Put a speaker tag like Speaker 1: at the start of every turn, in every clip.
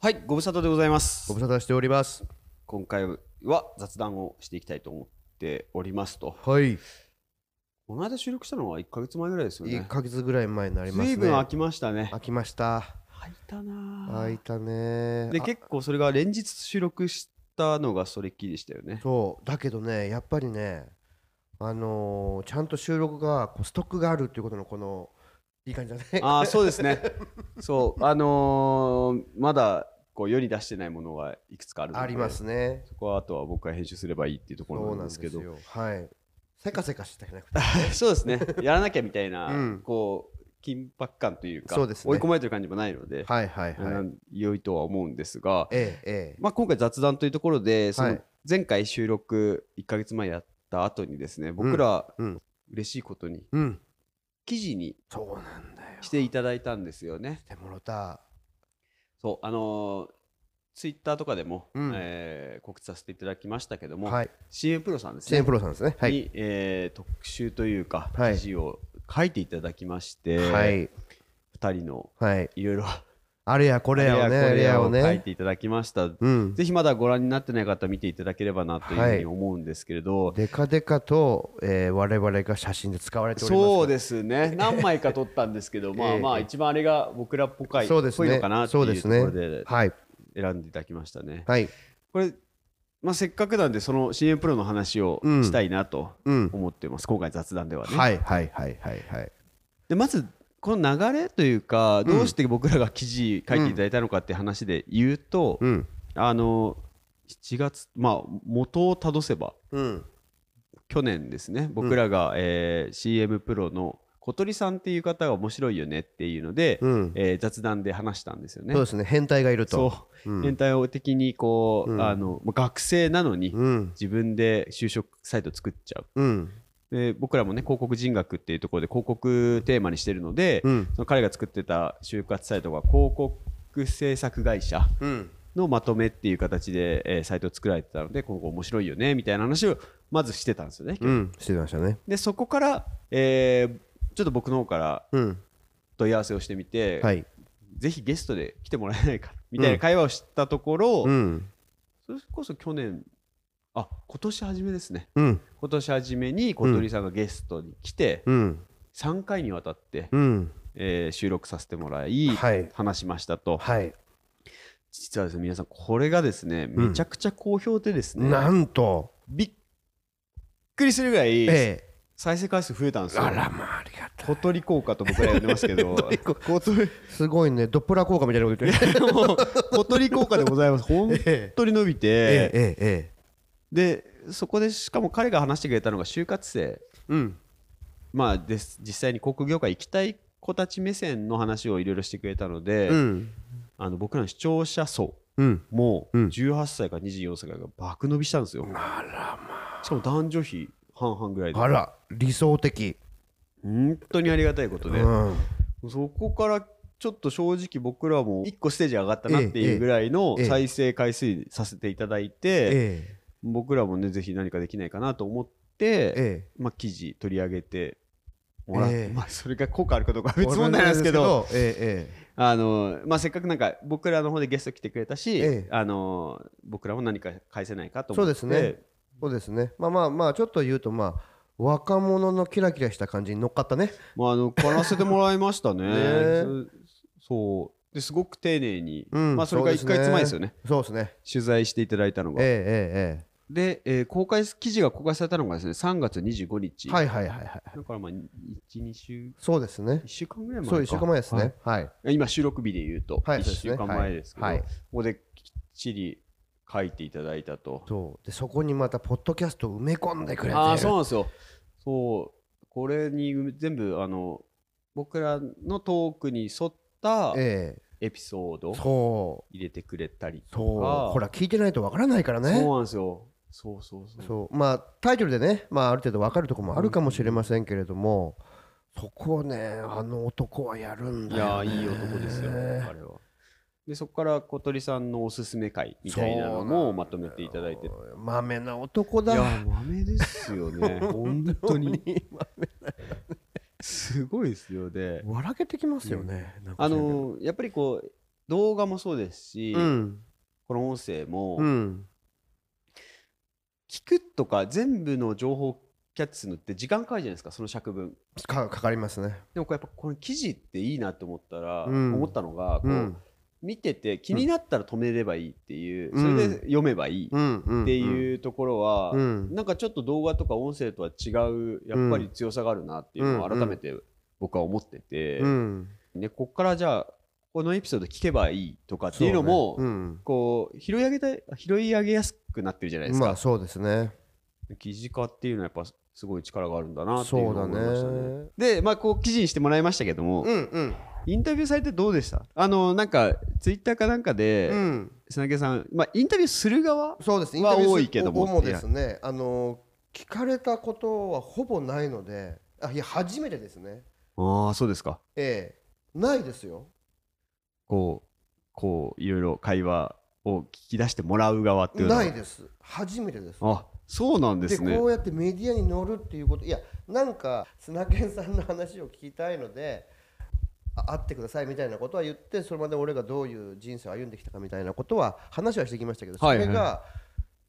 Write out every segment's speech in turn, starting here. Speaker 1: はい、ご無沙汰でございます
Speaker 2: ご。無沙汰しております。
Speaker 1: 今回は雑談をしていきたいと思っておりますと。
Speaker 2: はい。
Speaker 1: この間収録したのは1ヶ月前ぐらいですよ
Speaker 2: 一
Speaker 1: ね。
Speaker 2: ヶ月ぐらい前になりますね。
Speaker 1: 随分空きましたね。
Speaker 2: 飽きました。
Speaker 1: 空いたなぁ
Speaker 2: 空いたね。
Speaker 1: で、
Speaker 2: あ
Speaker 1: 結構それが連日収録したのがそれっきりでしたよね。
Speaker 2: そうだけどね、やっぱりね、あのーちゃんと収録がこうストックがあるっていうことのこのいい感じだね。
Speaker 1: ああ、そうですね。そう、あのーまだこう世に出してないものがいくつかあるので。
Speaker 2: ありますね。
Speaker 1: そこはあとは僕が編集すればいいっていうとこ
Speaker 2: そ
Speaker 1: ろ
Speaker 2: う
Speaker 1: な
Speaker 2: なんん
Speaker 1: で
Speaker 2: ですす
Speaker 1: けど。
Speaker 2: よ。はい。せかせかしてなくて。
Speaker 1: そうですね。やらなきゃみたいな、
Speaker 2: うん
Speaker 1: こう、緊迫感というか、
Speaker 2: そうですね
Speaker 1: 追い込まれてる感じもないので、
Speaker 2: はいはいは
Speaker 1: う
Speaker 2: い。
Speaker 1: ん良いとは思うんですが、
Speaker 2: ええええ。
Speaker 1: まあ、今回雑談というところで、そ
Speaker 2: は
Speaker 1: の
Speaker 2: い
Speaker 1: 前回収録1ヶ月前やった後にですね、僕ら、
Speaker 2: うん
Speaker 1: 嬉しいことに、
Speaker 2: うん。
Speaker 1: 記事に
Speaker 2: そうなんだよ。
Speaker 1: していただいたんですよね。
Speaker 2: てもろた。
Speaker 1: そう、あのツイッター Twitter とかでも、
Speaker 2: うん
Speaker 1: えー告知させていただきましたけども、
Speaker 2: はい。
Speaker 1: CM プロさんです
Speaker 2: チェー
Speaker 1: ね
Speaker 2: ンプ。ロさんですね。はい。
Speaker 1: に、えー特集というか、
Speaker 2: はい
Speaker 1: 記事を書いていただきまして、
Speaker 2: はい。
Speaker 1: 2人の
Speaker 2: はい。
Speaker 1: いろいろ
Speaker 2: あれやこ
Speaker 1: こ
Speaker 2: れやをね、あれやを
Speaker 1: 書い
Speaker 2: ね。
Speaker 1: ていただきました。
Speaker 2: うん。
Speaker 1: ぜひまだご覧になってない方見ていただければなというふうに思うんですけれど、
Speaker 2: デカデカと、えー、我々が写真で使われております
Speaker 1: そう
Speaker 2: で
Speaker 1: ですね何枚か撮ったんですけ どまあまあ
Speaker 2: ええ
Speaker 1: 一番あれが僕らっぽかい
Speaker 2: そうです
Speaker 1: ぽいの
Speaker 2: ね
Speaker 1: かなって
Speaker 2: そう
Speaker 1: い
Speaker 2: で
Speaker 1: う
Speaker 2: す
Speaker 1: とこ
Speaker 2: ね
Speaker 1: ろで
Speaker 2: はい
Speaker 1: 選んでいただきましたね。
Speaker 2: はい
Speaker 1: これ、まあ、せっかくなんでその CM プロの話を
Speaker 2: うん
Speaker 1: したいなと
Speaker 2: うん
Speaker 1: 思ってます、今回雑談ではね。
Speaker 2: はいはいはいはいはい
Speaker 1: でまずこの流れというか
Speaker 2: ん
Speaker 1: どうして僕らが記事書いていただいたのかって話で言うと、
Speaker 2: うん
Speaker 1: あの7月まあ元をたどせば
Speaker 2: うん
Speaker 1: 去年ですね僕らが、えー CM プロの小鳥さんっていう方が面白いよねっていうので、
Speaker 2: うん
Speaker 1: えー雑談で話したんですよね。
Speaker 2: そうですね変態がいると
Speaker 1: そう変態的にこう、
Speaker 2: うん
Speaker 1: あのまあ学生なのに
Speaker 2: うん
Speaker 1: 自分で就職サイト作っちゃう。
Speaker 2: うん
Speaker 1: で僕らもね広告人学っていうところで広告テーマにしてるので、
Speaker 2: うん
Speaker 1: その彼が作ってた就活サイトが広告制作会社
Speaker 2: うん
Speaker 1: のまとめっていう形で、えーサイトを作られてたので今後面白いよねみたいな話をまずしてたんですよね。
Speaker 2: うんしてましたね
Speaker 1: でそこから、えーちょっと僕の方から
Speaker 2: うん
Speaker 1: 問い合わせをしてみて、
Speaker 2: はい
Speaker 1: ぜひゲストで来てもらえないか みたいな会話をしたところ、
Speaker 2: うん
Speaker 1: それこそ去年あ今年初めですね
Speaker 2: うん
Speaker 1: 今年初めに小鳥さんがゲストに来て、
Speaker 2: うん
Speaker 1: 3回にわたって、
Speaker 2: うん
Speaker 1: えー収録させてもらい、
Speaker 2: はい
Speaker 1: 話しましたと
Speaker 2: はい
Speaker 1: 実はですね皆さんこれがですね
Speaker 2: うん
Speaker 1: めちゃくちゃ好評でですね、
Speaker 2: なんと
Speaker 1: びっくりするぐらい
Speaker 2: え
Speaker 1: 再生回数増えたんです
Speaker 2: え
Speaker 1: よ。
Speaker 2: あらまあありがと
Speaker 1: 小鳥効果と僕ら呼んでますけ ど小鳥
Speaker 2: うすごいねドップラー効果みたいなこと言ってる
Speaker 1: もう小鳥効果でございます。本
Speaker 2: え
Speaker 1: 当に伸びて、
Speaker 2: ええええ
Speaker 1: でそこでしかも彼が話してくれたのが就活生、
Speaker 2: えうん
Speaker 1: まあ、です実際に航空業界行きたい子たち目線の話をいろいろしてくれたので、
Speaker 2: うん
Speaker 1: あの僕らの視聴者層
Speaker 2: うん
Speaker 1: も
Speaker 2: うん
Speaker 1: 18歳から24歳が爆伸びしたんですよ。しかも男女比半々ぐらいで
Speaker 2: あら理想的
Speaker 1: 本当にありがたいこと
Speaker 2: う
Speaker 1: で、
Speaker 2: ん
Speaker 1: そこからちょっと正直僕らも1個ステージ上がったなっていうぐらいの
Speaker 2: ええええ
Speaker 1: 再生回数にさせていただいて。
Speaker 2: ええ
Speaker 1: 僕らもねぜひ何かできないかなと思って、
Speaker 2: ええ
Speaker 1: まあ、記事取り上げてもらって、
Speaker 2: ええ
Speaker 1: まあ、それが効果あるかどうかは別問題なんですけど、
Speaker 2: ええ
Speaker 1: あのまあ、せっかくなんか僕らの方でゲスト来てくれたし、
Speaker 2: ええ
Speaker 1: あの僕らも何か返せないかと思って
Speaker 2: そうですねそうですね。まあまあまあ、ちょっと言うと、まあ、若者のキラキラした感じに乗っかったね。
Speaker 1: まあ、あのからせてもらいましたね
Speaker 2: ねえ
Speaker 1: そそうですごく丁寧に、
Speaker 2: うん
Speaker 1: まあ、それが1
Speaker 2: そうで
Speaker 1: か
Speaker 2: すね
Speaker 1: 月前ですよね
Speaker 2: そうですね。
Speaker 1: 取材していただいたのが、
Speaker 2: え
Speaker 1: で、えー公開記事が公開されたのがですね3月25日、
Speaker 2: えええええはいはいはいはい。
Speaker 1: だからまあ12週
Speaker 2: そうですね
Speaker 1: 1。週間ぐらい前か
Speaker 2: そう、一週間前ですね。はい。
Speaker 1: 今収録日で言うと
Speaker 2: はい
Speaker 1: 1週間前ですけど、
Speaker 2: はい
Speaker 1: ここできっちり書いていただいたと。
Speaker 2: そう。で、そこにまた、ポッドキャストを埋め込んでくれて。
Speaker 1: ああそうなんですよ。そうこれに全部あの僕らのトークに沿った
Speaker 2: え
Speaker 1: エピソード
Speaker 2: えそう。
Speaker 1: 入れてくれたり
Speaker 2: そう。
Speaker 1: とか
Speaker 2: ほら、聞いてないとわからないからね
Speaker 1: そう。なんですよ。そうそうそう。
Speaker 2: そう。まあ、タイトルでね、まあ、ある程度わかるところもあるかもしれませんけれども、そこをね、あの男はやるん
Speaker 1: い
Speaker 2: だ
Speaker 1: やー
Speaker 2: よね。
Speaker 1: いい男ですよ彼は。でそこから小鳥さんのおすすめ会みたいなのもまとめていただいて。い
Speaker 2: まめな男だ。
Speaker 1: やー豆ですよね 本当に。すごいですよね。
Speaker 2: 笑けてきますよね。なんか
Speaker 1: あ
Speaker 2: 知らんけど
Speaker 1: のーやっぱりこう動画もそうですし、
Speaker 2: うん
Speaker 1: この音声も、
Speaker 2: うん
Speaker 1: 聞くとか全部の情報をキャッチするのって時間かかるじゃないですかその尺分
Speaker 2: かかかりますね
Speaker 1: でもこれやっぱこの記事っていいなと思ったら、
Speaker 2: うん
Speaker 1: 思ったのがこう、
Speaker 2: うん
Speaker 1: 見てて気になったら止めればいいっていう、
Speaker 2: うん
Speaker 1: それで読めばいい
Speaker 2: うんうん
Speaker 1: っていうところは、
Speaker 2: うん
Speaker 1: なんかちょっと動画とか音声とは違うやっぱり強さがあるなっていうのを
Speaker 2: うん
Speaker 1: 改めて僕は思ってて、
Speaker 2: うん
Speaker 1: ね、こっからじゃあこのエピソード聞けばいいとかっていうのも
Speaker 2: そうねうん
Speaker 1: こう拾い上げたい拾い上げやすくなってるじゃないですか、
Speaker 2: まあそうですね
Speaker 1: 記事化っていうのはやっぱすごい力があるんだなっていうのを
Speaker 2: そうだ
Speaker 1: 思い
Speaker 2: ね
Speaker 1: ましたね。で、まあ、こう記事にしてもらいましたけども、
Speaker 2: うんうん
Speaker 1: インタビューされてどうでしたあのなんかツイッターかなんかで、
Speaker 2: うん
Speaker 1: 砂毛さん、まあ、インタビューする側
Speaker 2: そうですね。
Speaker 1: は
Speaker 2: インタビュー
Speaker 1: 多いけども
Speaker 2: 主ですね。あの聞かれたことはほぼないので、あいや初めてですね。
Speaker 1: ああそうですか
Speaker 2: ええ、ないですよ。
Speaker 1: こうこういろいろ会話を聞き出してもらう側っていうのは
Speaker 2: ないです。初めてです。
Speaker 1: あそうなんですね
Speaker 2: こうやってメディアに乗るっていうこと、いやなんか砂犬さんの話を聞きたいので。あ会ってくださいみたいなことは言ってそれまで俺がどういう人生を歩んできたかみたいなことは話はしてきましたけど、
Speaker 1: はいはい
Speaker 2: それが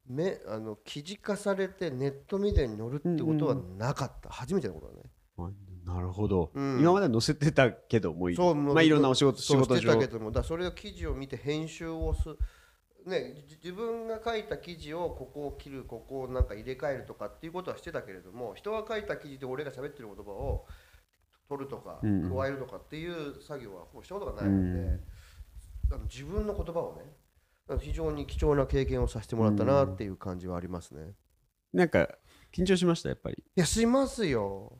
Speaker 2: めあの記事化されてネットメディアに乗るってことはなかった、初めてのことだね
Speaker 1: あなるほど、
Speaker 2: うん
Speaker 1: 今までは載せてたけどもう
Speaker 2: そうもう
Speaker 1: まあ、いろんなお仕事仕
Speaker 2: そう
Speaker 1: 事
Speaker 2: してた
Speaker 1: 上
Speaker 2: けどもだからそれを記事を見て編集をすねじ自分が書いた記事をここを切るここをなんか入れ替えるとかっていうことはしてたけれども人が書いた記事で俺が喋ってる言葉を取るとか
Speaker 1: うんうん
Speaker 2: 加えるとかっていう作業はもうしたことがないので、
Speaker 1: うん
Speaker 2: あの自分の言葉をねあの非常に貴重な経験をさせてもらったなっていう感じはありますね。
Speaker 1: なんか緊張しましたやっぱり
Speaker 2: いやしますよ。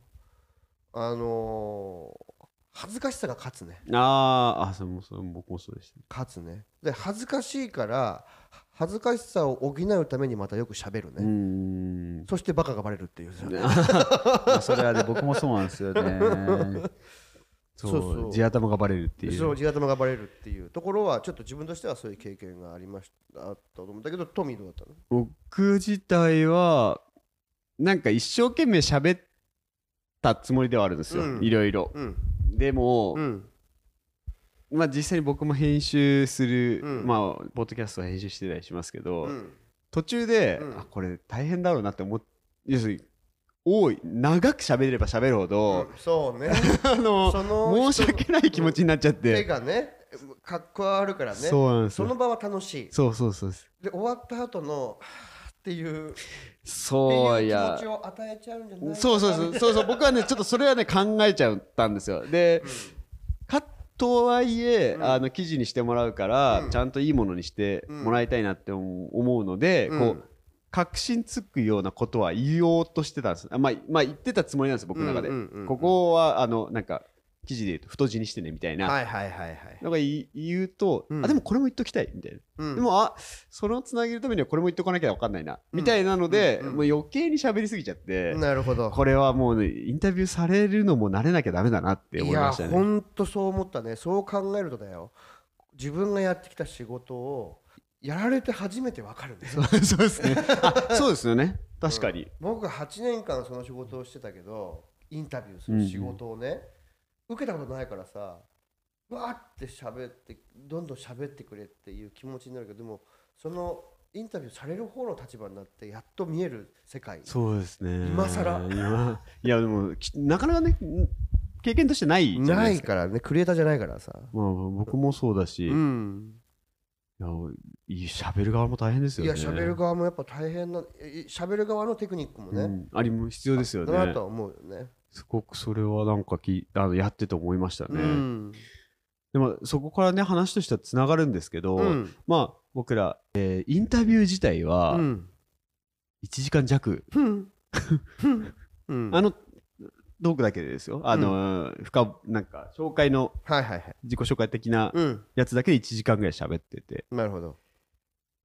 Speaker 2: あのー恥ずかしさが勝つね。
Speaker 1: あーあそれもそれも僕もそうでした、ね、
Speaker 2: 勝つねで恥ずかしいからは恥ずかしさを補うためにまたよく喋る
Speaker 1: うー
Speaker 2: ね、
Speaker 1: ん
Speaker 2: そしてバカがバレるっていう
Speaker 1: まあそれはね僕もそうなんですよね。 そう
Speaker 2: そうそう
Speaker 1: 地頭がバレるっていう。
Speaker 2: そう地頭がバレるっていうところはちょっと自分としてはそういう経験がありましたあったと思うんだけどトミーどうだったの
Speaker 1: 僕自体はなんか一生懸命喋ったつもりではあるんですよ、
Speaker 2: うん
Speaker 1: いろいろ。
Speaker 2: うん
Speaker 1: でも、
Speaker 2: うん
Speaker 1: まあ実際に僕も編集する、
Speaker 2: うん
Speaker 1: まあポッドキャストは編集してたりしますけど、
Speaker 2: うん
Speaker 1: 途中で、
Speaker 2: うん
Speaker 1: あこれ大変だろうなって思っ要するに多い長く喋れば喋るほど、
Speaker 2: そ うね
Speaker 1: あの
Speaker 2: その人の
Speaker 1: 申し訳ない気持ちになっちゃっ
Speaker 2: 手
Speaker 1: て、
Speaker 2: がねかっこあるからねそ
Speaker 1: そうなんですよ
Speaker 2: の場は楽しい
Speaker 1: そうそうそうです
Speaker 2: で終わった後のはぁっていう
Speaker 1: そ
Speaker 2: っ
Speaker 1: うい
Speaker 2: ていう気
Speaker 1: や
Speaker 2: 持ちを与えちゃうんじゃないかな
Speaker 1: そうそうそうそうそう僕はねちょっとそれはね考えちゃったんですよで、かとはいえ、
Speaker 2: うん
Speaker 1: あの記事にしてもらうから、
Speaker 2: うん
Speaker 1: ちゃんといいものにしてもらいたいなって思思うので、
Speaker 2: うん
Speaker 1: こう確信つくようなことは言おうとしてたんですあまあ、まあ、言ってたつもりなんです僕の中で、
Speaker 2: うんうんうんうん
Speaker 1: ここはあのなんか記事で言うと太字にしてねみたいな、
Speaker 2: はいはいはいはい
Speaker 1: のがい言うと、
Speaker 2: うん
Speaker 1: あでもこれも言っときたいみたいな、
Speaker 2: うん
Speaker 1: でもあそれをつなげるためにはこれも言っとかなきゃ分かんないな、みたいなので、
Speaker 2: うんうん
Speaker 1: もう余計に喋りすぎちゃって、
Speaker 2: なるほど
Speaker 1: これはもうね、インタビューされるのも慣れなきゃダメだなって思いました
Speaker 2: いや
Speaker 1: ね。
Speaker 2: 本当そう思ったねそう考えるとだよ自分がやってきた仕事をやられて初めて分かるんです
Speaker 1: そう そうですね。あそうですよね。確かに。
Speaker 2: 僕が8年間その仕事をしてたけどインタビューする仕事をね、受けたことないからさわーって喋ってどんどん喋ってくれっていう気持ちになるけどでもそのインタビューされる方の立場になってやっと見える世界
Speaker 1: そうですね
Speaker 2: 今更
Speaker 1: 今いや、でも、きなかなかね、ん経験としてないじゃな
Speaker 2: ない
Speaker 1: で
Speaker 2: い
Speaker 1: すか。
Speaker 2: からねクリエイターじゃないからさ、
Speaker 1: まあ、僕もそうだし、
Speaker 2: うん、
Speaker 1: いやいい喋る側も大変です
Speaker 2: い
Speaker 1: よ
Speaker 2: や
Speaker 1: ね。
Speaker 2: 喋る側もやっぱ大変なえ喋る側のテクニックもね、
Speaker 1: うんありも必要ですよ
Speaker 2: だな
Speaker 1: ね
Speaker 2: と。は思うよね。
Speaker 1: すごくそれはなんかきあのやってて思いました
Speaker 2: う
Speaker 1: ね。
Speaker 2: ん
Speaker 1: でもそこからね話としてはつながるんですけど、
Speaker 2: うん
Speaker 1: まあ僕ら、えーインタビュー自体は
Speaker 2: うん
Speaker 1: 1時間弱
Speaker 2: うんうん
Speaker 1: あのトークだけでですよ、あの深なんか紹介の
Speaker 2: はいはいはい。
Speaker 1: 自己紹介的な
Speaker 2: うん
Speaker 1: やつだけで1時間ぐらい喋ってて、
Speaker 2: なるほど。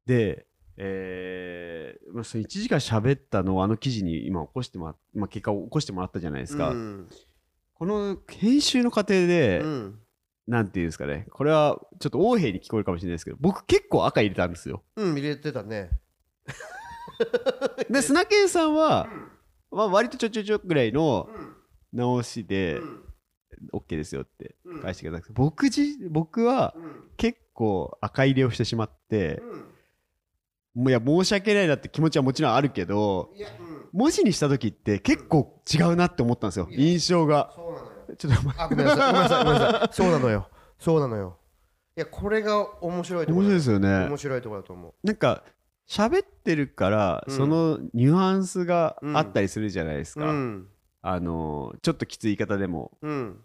Speaker 1: で、えーまあ、その1時間喋ったのをあの記事に今起こしてもら、まあ、結果を起こしてもらったじゃないですか、
Speaker 2: うん
Speaker 1: この編集の過程で、
Speaker 2: うん
Speaker 1: なんていうんですかね、これはちょっと横柄に聞こえるかもしれないですけど、僕、結構赤入れたんですよ。
Speaker 2: うん入れてたね。
Speaker 1: で、砂犬さんは、まあ、割とちょちょちょぐらいの直しで、
Speaker 2: うん
Speaker 1: OK ですよって
Speaker 2: うん
Speaker 1: 返してください、僕じ僕は、
Speaker 2: うん
Speaker 1: 結構赤入れをしてしまって、
Speaker 2: う
Speaker 1: もういや申し訳ないなって気持ちはもちろんあるけど
Speaker 2: ん。いや、うん。
Speaker 1: 文字にした時って結構違うなって思ったんですよ
Speaker 2: いや
Speaker 1: 印象が
Speaker 2: そうなのよ。
Speaker 1: ちょっと待
Speaker 2: あ、ごめんなさい。ごめんなさい。ごめんなさい。そうなのよ。そうなのよ。いや、これが面白い
Speaker 1: って
Speaker 2: とこ
Speaker 1: 面白い
Speaker 2: ろだ。
Speaker 1: ですよね
Speaker 2: 面白いところだと思う。
Speaker 1: なんか喋ってるから、
Speaker 2: うん
Speaker 1: そのニュアンスがあったりするじゃないですか、
Speaker 2: うん。
Speaker 1: あのちょっときつい言い方でも
Speaker 2: うん。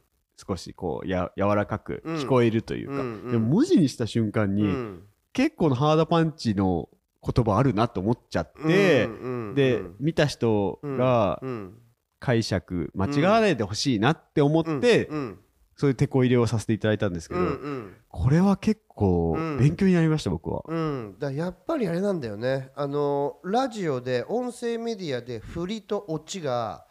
Speaker 1: 少しこうや柔らかく
Speaker 2: うん
Speaker 1: 聞こえるというか、
Speaker 2: うんうん
Speaker 1: でも文字にした瞬間に、
Speaker 2: うん
Speaker 1: 結構のハードパンチの言葉あるなと思っちゃって、
Speaker 2: うんうんうん
Speaker 1: で、
Speaker 2: うん
Speaker 1: 見た人が
Speaker 2: うん
Speaker 1: 解釈間違わないでほしいなって思って、
Speaker 2: うん
Speaker 1: そういう手こ入れをさせていただいたんですけ
Speaker 2: う
Speaker 1: ど、
Speaker 2: んうん
Speaker 1: これは結構
Speaker 2: うん
Speaker 1: 勉強になりました、僕は。
Speaker 2: うん、だからやっぱりあれなんだよねあのラジオで音声メディアで振りとオチが、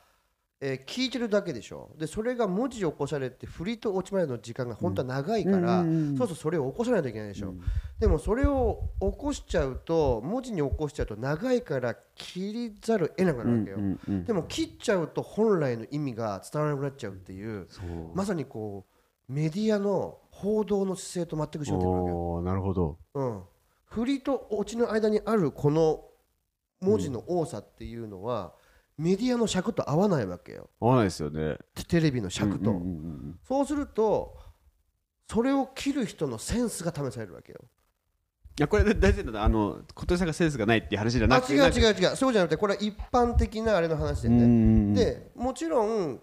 Speaker 2: えー聞いてるだけでしょでそれが文字を起こされて振りとオチまでの時間が本当は長いから、
Speaker 1: うんうんうんうん
Speaker 2: そうそうそれを起こさないといけないでしょ、
Speaker 1: うん
Speaker 2: でもそれを起こしちゃうと文字に起こしちゃうと長いから切りざるを得なくなるわけよ、
Speaker 1: うんうんうん
Speaker 2: でも切っちゃうと本来の意味が伝わらなくなっちゃうっていう
Speaker 1: そう
Speaker 2: まさにこうメディアの報道の姿勢と全く違ってくるわけよ。
Speaker 1: おーなるほど。
Speaker 2: うん、振りとオチの間にあるこの文字の多さっていうのは、メディアの尺と合わないわけよ
Speaker 1: 合わないですよね。
Speaker 2: テテレビの尺と、
Speaker 1: うんうんうんうん
Speaker 2: そうするとそれを切る人のセンスが試されるわけよ
Speaker 1: いやこれで大事なのはあの小鳥さんがセンスがないっていう話じゃ
Speaker 2: あ
Speaker 1: なくて
Speaker 2: 違う違う違うそうじゃなくてこれは一般的なあれの話で
Speaker 1: うんう
Speaker 2: ね、
Speaker 1: んうん
Speaker 2: でもちろん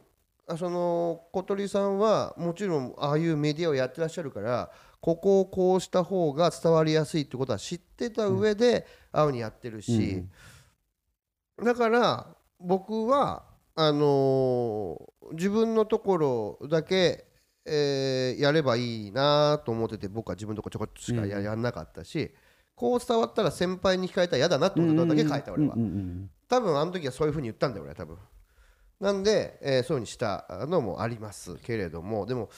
Speaker 2: あその小鳥さんはもちろんああいうメディアをやってらっしゃるからここをこうした方が伝わりやすいってことは知ってた上で会うにやってるし、だから僕はあのー自分のところだけ、えーやればいいなと思ってて僕は自分のとこちょこっとしかや,、やんなかったしこう伝わったら先輩に聞かれたら嫌だなってことだけ書いた俺は
Speaker 1: うんうんうん
Speaker 2: 多分あの時はそういうふうに言ったんだよ俺は多分なんで、えーそういうふうにしたのもありますけれどもでも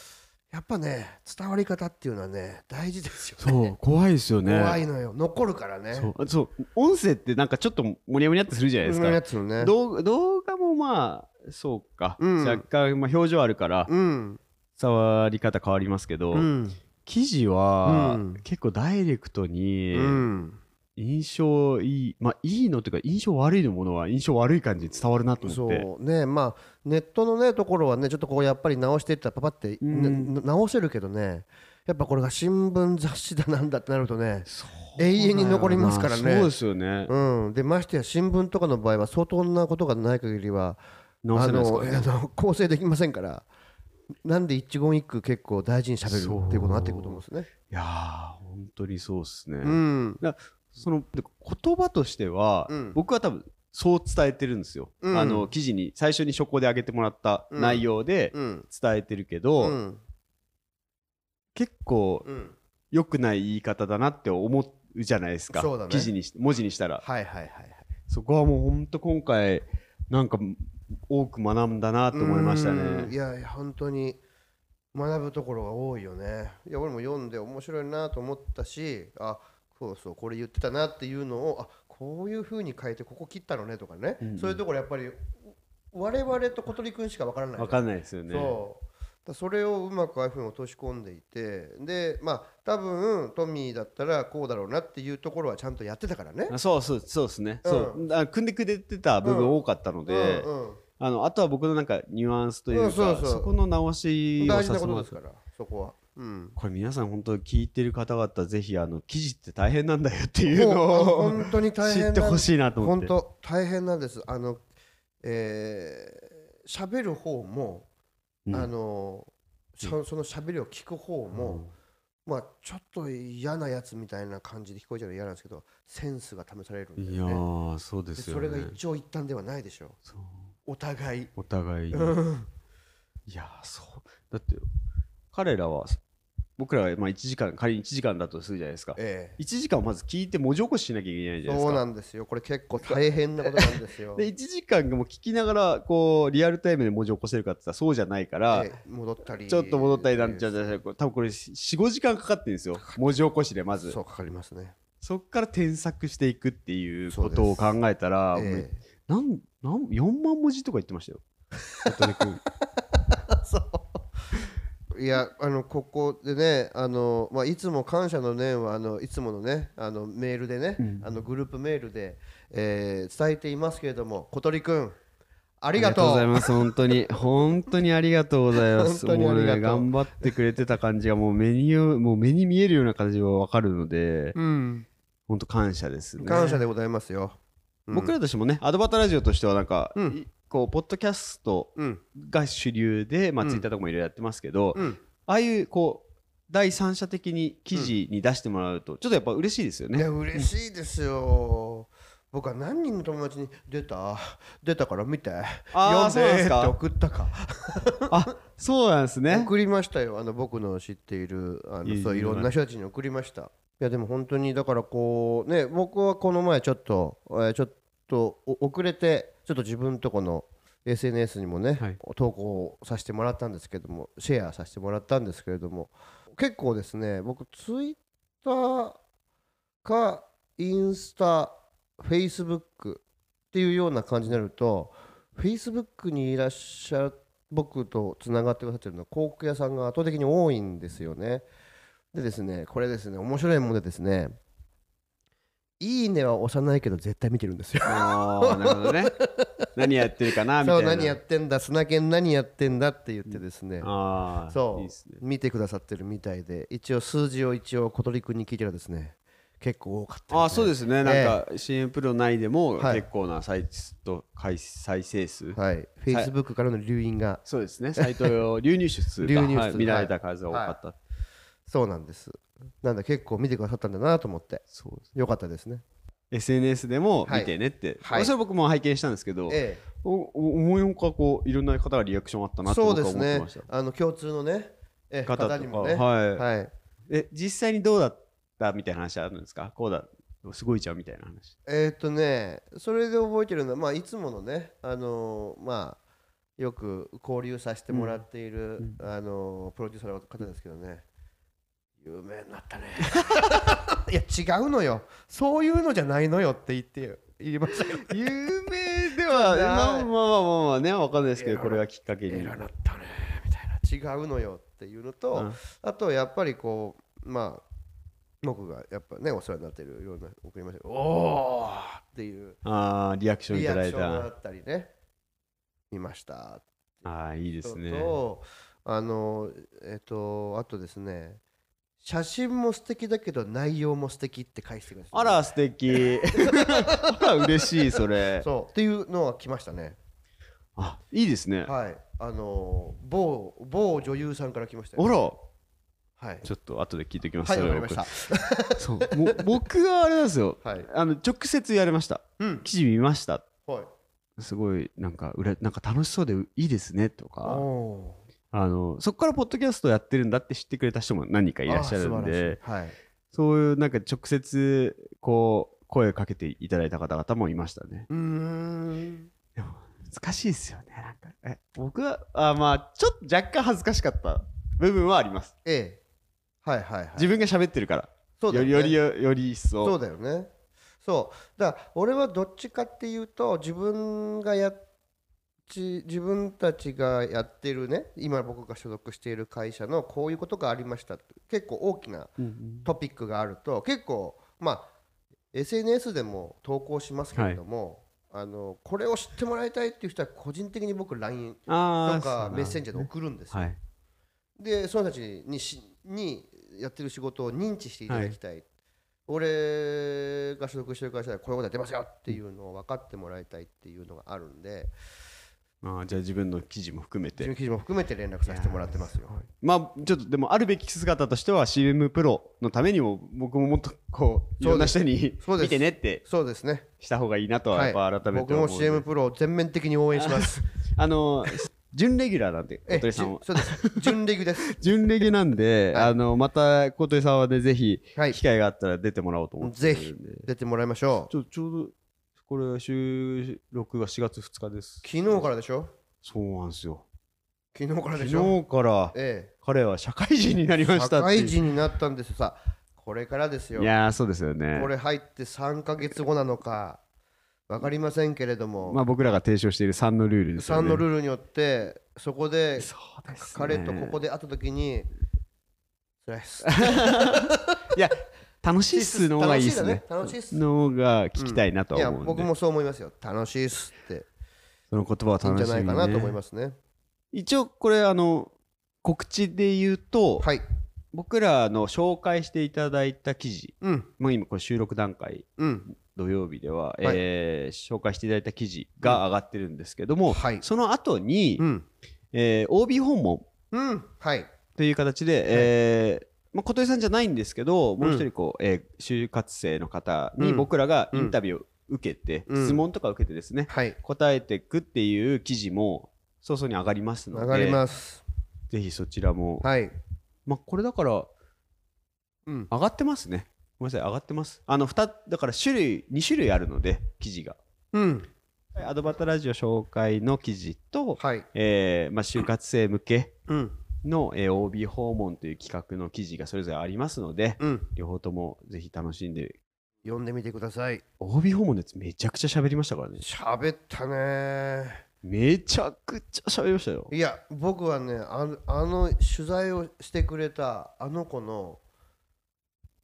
Speaker 2: やっぱね伝わり方っていうのはね大事ですよ
Speaker 1: そう怖いですよね。
Speaker 2: 怖いのよ残るからね
Speaker 1: そうそう音声ってなんかちょっともにゃもにゃってするじゃないです
Speaker 2: そ
Speaker 1: か、
Speaker 2: のやつのね
Speaker 1: 動動画もまあそうか、
Speaker 2: うん
Speaker 1: 若干、まあ、表情あるから
Speaker 2: うん
Speaker 1: 触り方変わりますけど、
Speaker 2: うん
Speaker 1: 記事は
Speaker 2: うん
Speaker 1: 結構ダイレクトに
Speaker 2: うん
Speaker 1: 印象いい、まあいいのというか印象悪いのものは印象悪い感じに伝わるなと思って
Speaker 2: そうねまあネットのねところはねちょっとこうやっぱり直していったらパパって、
Speaker 1: うん
Speaker 2: なな直せるけどねやっぱこれが新聞雑誌だなんだってなるとね
Speaker 1: そう
Speaker 2: 永遠に残りますからね
Speaker 1: そうですよね、
Speaker 2: うんでましてや新聞とかの場合は相当なことがない限りは
Speaker 1: 直せないですか
Speaker 2: の
Speaker 1: らね
Speaker 2: あの構成できませんからなんで一言一句結構大事にしゃべるっていうことになっていくると思うんですね。
Speaker 1: いやー本当にそうですね、
Speaker 2: うん
Speaker 1: そので言葉としては、
Speaker 2: うん
Speaker 1: 僕は多分そう伝えてるんですよ、
Speaker 2: うん
Speaker 1: あの記事に最初に書庫で上げてもらった内容で
Speaker 2: うん
Speaker 1: 伝えてるけ
Speaker 2: う
Speaker 1: ど、
Speaker 2: ん
Speaker 1: 結構
Speaker 2: うん
Speaker 1: 良くない言い方だなって思うじゃないですか、
Speaker 2: そうだね
Speaker 1: 記事にし文字にしたら
Speaker 2: はいはいはいはい。
Speaker 1: そこはもうほんと今回なんか多く学んだなと思いました
Speaker 2: うんい
Speaker 1: ね
Speaker 2: やいや本当に学ぶところが多いよねいや俺も読んで面白いなと思ったしあそうそうこれ言ってたなっていうのをあこういうふうに変えてここ切ったのねとかね、
Speaker 1: うんうん
Speaker 2: そういうところやっぱりう我々と小鳥くんしかわからないじゃ
Speaker 1: わ
Speaker 2: ん
Speaker 1: かんないですよね
Speaker 2: そうだそれをうまくああいうふうに落とし込んでいてでまあ多分トミーだったらこうだろうなっていうところはちゃんとやってたからね
Speaker 1: あそうそうそうですね、
Speaker 2: うん
Speaker 1: そうあ組んでくれてた部分多かったので、
Speaker 2: うんうん
Speaker 1: あのあとは僕のなんかニュアンスというか、
Speaker 2: うんそうそう
Speaker 1: そこの直しを
Speaker 2: 大事
Speaker 1: さ
Speaker 2: な
Speaker 1: せて
Speaker 2: こ
Speaker 1: も
Speaker 2: と
Speaker 1: らっ
Speaker 2: です
Speaker 1: た
Speaker 2: からそこは、うん、
Speaker 1: これ皆さん本当聞いてる方々ぜひあの記事って大変なんだよっていう
Speaker 2: もうあの
Speaker 1: のを
Speaker 2: 本当に大
Speaker 1: 知
Speaker 2: 変な
Speaker 1: っ
Speaker 2: ん
Speaker 1: て
Speaker 2: で
Speaker 1: ほしいなと思っ
Speaker 2: 本
Speaker 1: て
Speaker 2: 当大変なんですあのえー喋る方も、
Speaker 1: うん
Speaker 2: あのそその喋りを聞く方も、まあちょっと嫌なやつみたいな感じで聞こえちゃうの嫌なんですけどセンスが試されるん
Speaker 1: い
Speaker 2: だ
Speaker 1: や
Speaker 2: よね
Speaker 1: ーそうで
Speaker 2: ですそ
Speaker 1: よ
Speaker 2: れ
Speaker 1: ね
Speaker 2: が一長一短ではないでしょう
Speaker 1: そう
Speaker 2: お互い
Speaker 1: お互いに
Speaker 2: うん
Speaker 1: いやーそうだって彼らは僕らはまあ1時間仮に1時間だとするじゃないですか
Speaker 2: え
Speaker 1: 1時間をまず聞いて文字起こししなきゃいけない
Speaker 2: え
Speaker 1: じゃないで
Speaker 2: そ
Speaker 1: す
Speaker 2: う
Speaker 1: か
Speaker 2: なんですよこれ結構大変なことなんです よ
Speaker 1: で1時間も聞きながらこうリアルタイムで文字起こせるかって言ったらそうじゃないから、
Speaker 2: ええ戻ったり
Speaker 1: ちょっと戻ったりなんちゃうじゃない多分これ45時間かかってるんですよ文字起こしでまず
Speaker 2: そうかかりますね
Speaker 1: そっから添削していくっていう
Speaker 2: そ
Speaker 1: こ
Speaker 2: うです
Speaker 1: とを考えたら、め
Speaker 2: ええ
Speaker 1: なんなん4万文字とか言ってましたよ。小鳥くん
Speaker 2: そういやあのここでねあの、まあ、いつも感謝の念はあのいつものねあのメールでね、あのグループメールで、えー伝えていますけれども小鳥くんあ
Speaker 1: あ
Speaker 2: りがとう
Speaker 1: ございます。本当に、本当にありがとうございます。
Speaker 2: 本当にありがとう
Speaker 1: もね頑張ってくれてた感じが、もう目に、もう目に見えるような感じがわかるので、
Speaker 2: うん、
Speaker 1: 本当感謝ですね。
Speaker 2: 感謝でございますよ、うん
Speaker 1: 僕らとしてもね、アドバタラジオとしては、なんか、
Speaker 2: うん
Speaker 1: いこう、ポッドキャスト
Speaker 2: うん
Speaker 1: が主流で、まあ、
Speaker 2: うん
Speaker 1: ツイッターとかもいろいろやってますけど、
Speaker 2: うん
Speaker 1: ああいう、こう、第三者的に記事に出してもらうと、ちょっとやっぱ嬉しいですよ
Speaker 2: い
Speaker 1: ね。
Speaker 2: や嬉しいですよ、僕は何人の友達に出た出たから見て
Speaker 1: あー
Speaker 2: 読ん
Speaker 1: そうなんで
Speaker 2: ですって
Speaker 1: か
Speaker 2: 送ったか
Speaker 1: あ、そうなんですね。
Speaker 2: 送りましたよあの僕の知っているあ
Speaker 1: い
Speaker 2: の
Speaker 1: い
Speaker 2: そう
Speaker 1: い
Speaker 2: い
Speaker 1: い
Speaker 2: ろんな人たちに送りましたいやでも本当にだからこうね僕はこの前ちょっと、えーちょっとお遅れてちょっと自分とこの SNS にもね、
Speaker 1: はい
Speaker 2: 投稿させてもらったんですけどもシェアさせてもらったんですけれども結構ですね僕ツイッターかインスタフェイスブックっていうような感じになるとフェイスブックにいらっしゃ僕とつながってくださってるのは広告屋さんが圧倒的に多いんですよね。でですねこれですね面白いものでですね「いいね」は押さないけど絶対見てるんですよ。
Speaker 1: あーなるほど ね。何やってるかなみたい
Speaker 2: そ
Speaker 1: な。
Speaker 2: う何やってんだ砂犬何やってんだって言ってですね
Speaker 1: ああ、
Speaker 2: そう
Speaker 1: いいですね。
Speaker 2: 見てくださってるみたいで一応数字を一応小鳥くんに聞いたらですね結構多かった
Speaker 1: あーそうですすね、なんか CM プロ内でも
Speaker 2: はい
Speaker 1: 結構なサイト回再生数、
Speaker 2: ねはいフェイスブックからの留飲が
Speaker 1: そうですね、サイトを流入手数
Speaker 2: 流
Speaker 1: が、
Speaker 2: 入手数
Speaker 1: はい見られた数が多かった、
Speaker 2: そうなんですなんで結構見てくださったんだなと思って
Speaker 1: そうです
Speaker 2: よかったですね
Speaker 1: SNS でも
Speaker 2: はい
Speaker 1: 見てねって、
Speaker 2: はい
Speaker 1: それ僕も拝見したんですけど、
Speaker 2: ええ
Speaker 1: おお思いのほかこういろんな方がリアクションあったなって
Speaker 2: そう
Speaker 1: 僕
Speaker 2: で
Speaker 1: は
Speaker 2: す
Speaker 1: 思って
Speaker 2: ね
Speaker 1: ました。
Speaker 2: あの共通のねええ
Speaker 1: 方とか
Speaker 2: 方にもね
Speaker 1: はい
Speaker 2: はい
Speaker 1: え実際にどうだったみたいな話あるんですかこうだすごいじゃんみたいな話
Speaker 2: えーっとねそれで覚えてるのはまあいつものねあのーまあよく交流させてもらっている
Speaker 1: うん
Speaker 2: あのープロデューサーの方ですけどね有名になったね いや違うのよそういうのじゃないのよって言って言いましたよ
Speaker 1: 有名で は
Speaker 2: じゃ
Speaker 1: まあま
Speaker 2: な
Speaker 1: あまあ
Speaker 2: い
Speaker 1: まあまあねわかんないですけどこれがきっかけに
Speaker 2: 偉なったねみたいな違うのよっていうのと、
Speaker 1: うん
Speaker 2: あとやっぱりこうまあ僕がやっぱねお世話になってるような送りましたおーっていう
Speaker 1: あーリアクションい
Speaker 2: リ
Speaker 1: た
Speaker 2: アク
Speaker 1: だ
Speaker 2: シ
Speaker 1: い
Speaker 2: ョンがあ
Speaker 1: た
Speaker 2: ったりね見ました
Speaker 1: ああいいですね
Speaker 2: とあのえっ、とあとですね写真も素敵だけど内容も素敵って返してください
Speaker 1: あら素 敵あら嬉しいそれ
Speaker 2: そうっていうのは来ましたね
Speaker 1: あいいですねあ
Speaker 2: はいあの某某女優さんから来ました
Speaker 1: ら
Speaker 2: よ
Speaker 1: ち
Speaker 2: はい
Speaker 1: ょっと後で聞いておきます
Speaker 2: はい
Speaker 1: そ
Speaker 2: わ
Speaker 1: れ
Speaker 2: か
Speaker 1: を
Speaker 2: りました
Speaker 1: そうも僕はあれなんですよ
Speaker 2: はい
Speaker 1: あの直接言われました
Speaker 2: うん
Speaker 1: 記事見ました
Speaker 2: はい
Speaker 1: すごいなんかうらなんか楽しそうでいいですねと
Speaker 2: お
Speaker 1: か
Speaker 2: ー
Speaker 1: あのそこからポッドキャストやってるんだって知ってくれた人も何人かいらっしゃるん
Speaker 2: あー素晴ら
Speaker 1: で
Speaker 2: しいはい
Speaker 1: そういうなんか直接こう声をかけていただいた方々もいましたね
Speaker 2: うーん
Speaker 1: でも難しいですよねなんかえ僕はあまあちょっと若干恥ずかしかった部分はあります、
Speaker 2: ええはいはいはい
Speaker 1: 自分が喋ってるから
Speaker 2: そうだ
Speaker 1: よ
Speaker 2: よ
Speaker 1: り
Speaker 2: ね
Speaker 1: よりよより一層
Speaker 2: そうだよねそうだから俺はどっちかっていうと自分がやっち自分たちがやってるね今僕が所属している会社のこういうことがありましたって結構大きな
Speaker 1: うんうん
Speaker 2: トピックがあると結構まあ SNS でも投稿しますけれども、あのこれを知ってもらいたいっていう人は個人的に僕 LINE
Speaker 1: あー
Speaker 2: と
Speaker 1: そうな
Speaker 2: か
Speaker 1: ん
Speaker 2: メッ
Speaker 1: で
Speaker 2: センジャーで送るんですよ。
Speaker 1: はい
Speaker 2: でその人たちにしにやってる仕事を認知していただきたい、俺が所属してる会社ではこういうことやってますよっていうのを分かってもらいたいっていうのがあるんで
Speaker 1: あーじゃあ自分の記事も含め
Speaker 2: 自分
Speaker 1: て
Speaker 2: 記事も含めて連絡させてもらってますよ
Speaker 1: まあちょっとでもあるべき姿としては CM プロのためにも僕ももっとこういろんな人に
Speaker 2: そうです
Speaker 1: 見てねって
Speaker 2: そうですね
Speaker 1: した方がいいなとはやっぱ改めて
Speaker 2: 僕
Speaker 1: 思う
Speaker 2: も
Speaker 1: んで、
Speaker 2: CM プロを全面的に応援します
Speaker 1: あの準レギュラーなんて 小鳥さんは
Speaker 2: じゅそうです準レギュです
Speaker 1: 準レギュなんで、
Speaker 2: はい
Speaker 1: あのまた小鳥さんはねぜひ
Speaker 2: はい
Speaker 1: 機会があったら出てもらおうと思って
Speaker 2: ぜ
Speaker 1: る
Speaker 2: ひ
Speaker 1: んで、
Speaker 2: 出てもらいましょう
Speaker 1: ちょちょうどこれ収録が4月2日です
Speaker 2: 昨日からでしょ
Speaker 1: そうなんですよ
Speaker 2: 昨日から
Speaker 1: 昨
Speaker 2: でしょ
Speaker 1: 日から
Speaker 2: え
Speaker 1: 彼は社会人になり
Speaker 2: え
Speaker 1: ました
Speaker 2: 社
Speaker 1: っていう
Speaker 2: 会人になったんですよさこれからですよ
Speaker 1: いやーそうですよね
Speaker 2: これ入って3ヶ月後なのか分かりませんけれども、
Speaker 1: まあ、僕らが提唱している3のルールですよ
Speaker 2: 3
Speaker 1: ね。
Speaker 2: のルールによってそこで
Speaker 1: そうですね
Speaker 2: 彼とここで会った時に辛いっす
Speaker 1: いや、楽しいっすの方がいいですね。
Speaker 2: 楽しいっすね楽し
Speaker 1: の
Speaker 2: いっす
Speaker 1: 方が聞きたいなと
Speaker 2: い
Speaker 1: は
Speaker 2: や
Speaker 1: 思うんで、
Speaker 2: 僕もそう思いますよ楽しいっすって
Speaker 1: その言葉はい
Speaker 2: いん
Speaker 1: 楽
Speaker 2: じ
Speaker 1: し
Speaker 2: ゃ
Speaker 1: み、ね、
Speaker 2: ないかなと思いますね
Speaker 1: 一応これあの告知で言うと、
Speaker 2: はい
Speaker 1: 僕らの紹介していただいた記事
Speaker 2: うん
Speaker 1: もう今これ収録段階
Speaker 2: うん
Speaker 1: 土曜日では、
Speaker 2: い
Speaker 1: えー紹介していただいた記事が上がってるんですけども、
Speaker 2: はい
Speaker 1: その後に、
Speaker 2: うん
Speaker 1: えー OB 訪問
Speaker 2: うんはい
Speaker 1: という形で、えーまあ、琴江さんじゃないんですけどもう一人こう、えー就活生の方
Speaker 2: う
Speaker 1: に
Speaker 2: ん
Speaker 1: 僕らがインタビューを受けて、
Speaker 2: うん
Speaker 1: 質問とか受けてですね、
Speaker 2: はい
Speaker 1: 答えていくっていう記事も早々に上がりますの
Speaker 2: 上がり
Speaker 1: で
Speaker 2: ます
Speaker 1: ぜひそちらも、
Speaker 2: はい
Speaker 1: まあ、これだから
Speaker 2: うん
Speaker 1: 上がってますねごめんなさい上がってますあの2だから種類2種類あるので記事が
Speaker 2: うん
Speaker 1: アドバタラジオ紹介の記事と、
Speaker 2: はい
Speaker 1: えーまあ、就活生向け
Speaker 2: うん
Speaker 1: の、えー OB 訪問という企画の記事がそれぞれありますので
Speaker 2: うん
Speaker 1: 両方ともぜひ楽しんで
Speaker 2: 読んでみてください
Speaker 1: OB 訪問のやつめちゃくちゃ喋りましたからね
Speaker 2: 喋ったね
Speaker 1: めちゃくちゃ喋りましたよ
Speaker 2: いや僕はねあのあの取材をしてくれたあの子の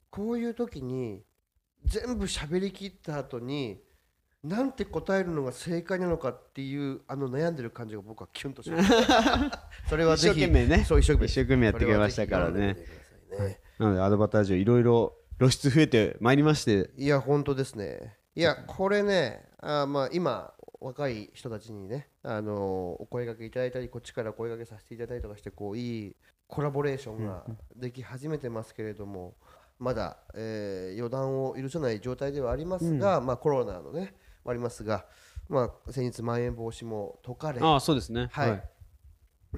Speaker 2: こういう時に全部喋りきった後になんて答えるのが正解なのかっていうあの悩んでる感じが僕はキュンとしました それは
Speaker 1: 一生
Speaker 2: ぜひ
Speaker 1: 懸命ね
Speaker 2: そう一生懸命
Speaker 1: 一生懸命やってくれましたからね
Speaker 2: それはぜひ読んでみてくださいね
Speaker 1: なのでアドバタラジオいろいろ露出増えてまいりまして
Speaker 2: いや本当ですねいやこれねあーまあ今若い人たちにね、あのーお声掛けいただいたりこっちからお声掛けさせていただいたりとかしてこういいコラボレーションができ始めてますけれども、まだ、えー予断を許さない状態ではありますが、まあ、コロナのねもありますが、まあ、先日まん延防止も解かれ
Speaker 1: ああそうですね
Speaker 2: はい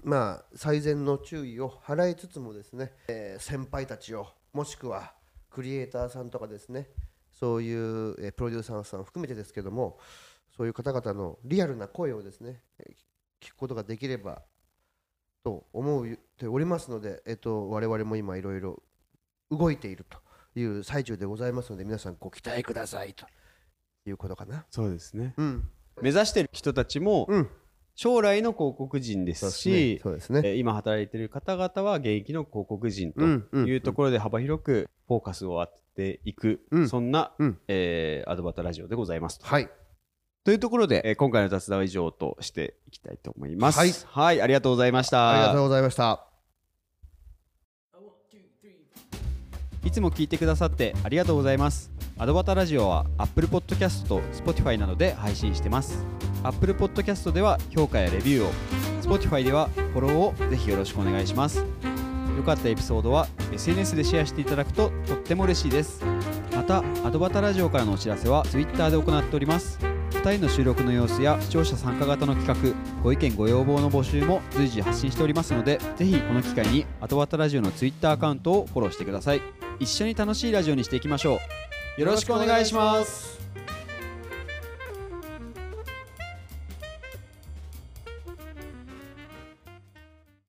Speaker 2: まあ、最善の注意を払いつつもですね、えー先輩たちをもしくはクリエイターさんとかですねそういう、えープロデューサーさん含めてですけどもそういう方々のリアルな声をですねえー聞くことができればと思っておりますので、えっと我々も今いろいろ動いているという最中でございますので皆さんご期待くださいということかな。
Speaker 1: そうですね
Speaker 2: うん、
Speaker 1: 目指してる人たちも
Speaker 2: うん、
Speaker 1: 将来の広告人ですし、
Speaker 2: そうですね。そうですね
Speaker 1: えー今働いてる方々は現役の広告人と
Speaker 2: うんうん
Speaker 1: いうところで幅広くフォーカスを当てていく、
Speaker 2: うん
Speaker 1: そんな、
Speaker 2: うん
Speaker 1: えーアドバタラジオでございますと。
Speaker 2: はい、
Speaker 1: というところで、えー今回の雑談は以上としていきたいと思います。
Speaker 2: はい
Speaker 1: はい、ありがとうございました。
Speaker 2: ありがとうございました。
Speaker 1: いつも聞いてくださってありがとうございます。アドバタラジオは Apple Podcast と Spotify などで配信してます。Apple Podcast では評価やレビューを、Spotify ではフォローをぜひよろしくお願いします。良かったエピソードは SNS でシェアしていただくととっても嬉しいです。また、アドバタラジオからのお知らせは Twitter で行っております。2人の収録の様子や視聴者参加型の企画ご意見ご要望の募集も随時発信しておりますのでぜひこの機会にアトワタラジオの Twitter アカウントをフォローしてください一緒に楽しいラジオにしていきましょうよろしくお願いします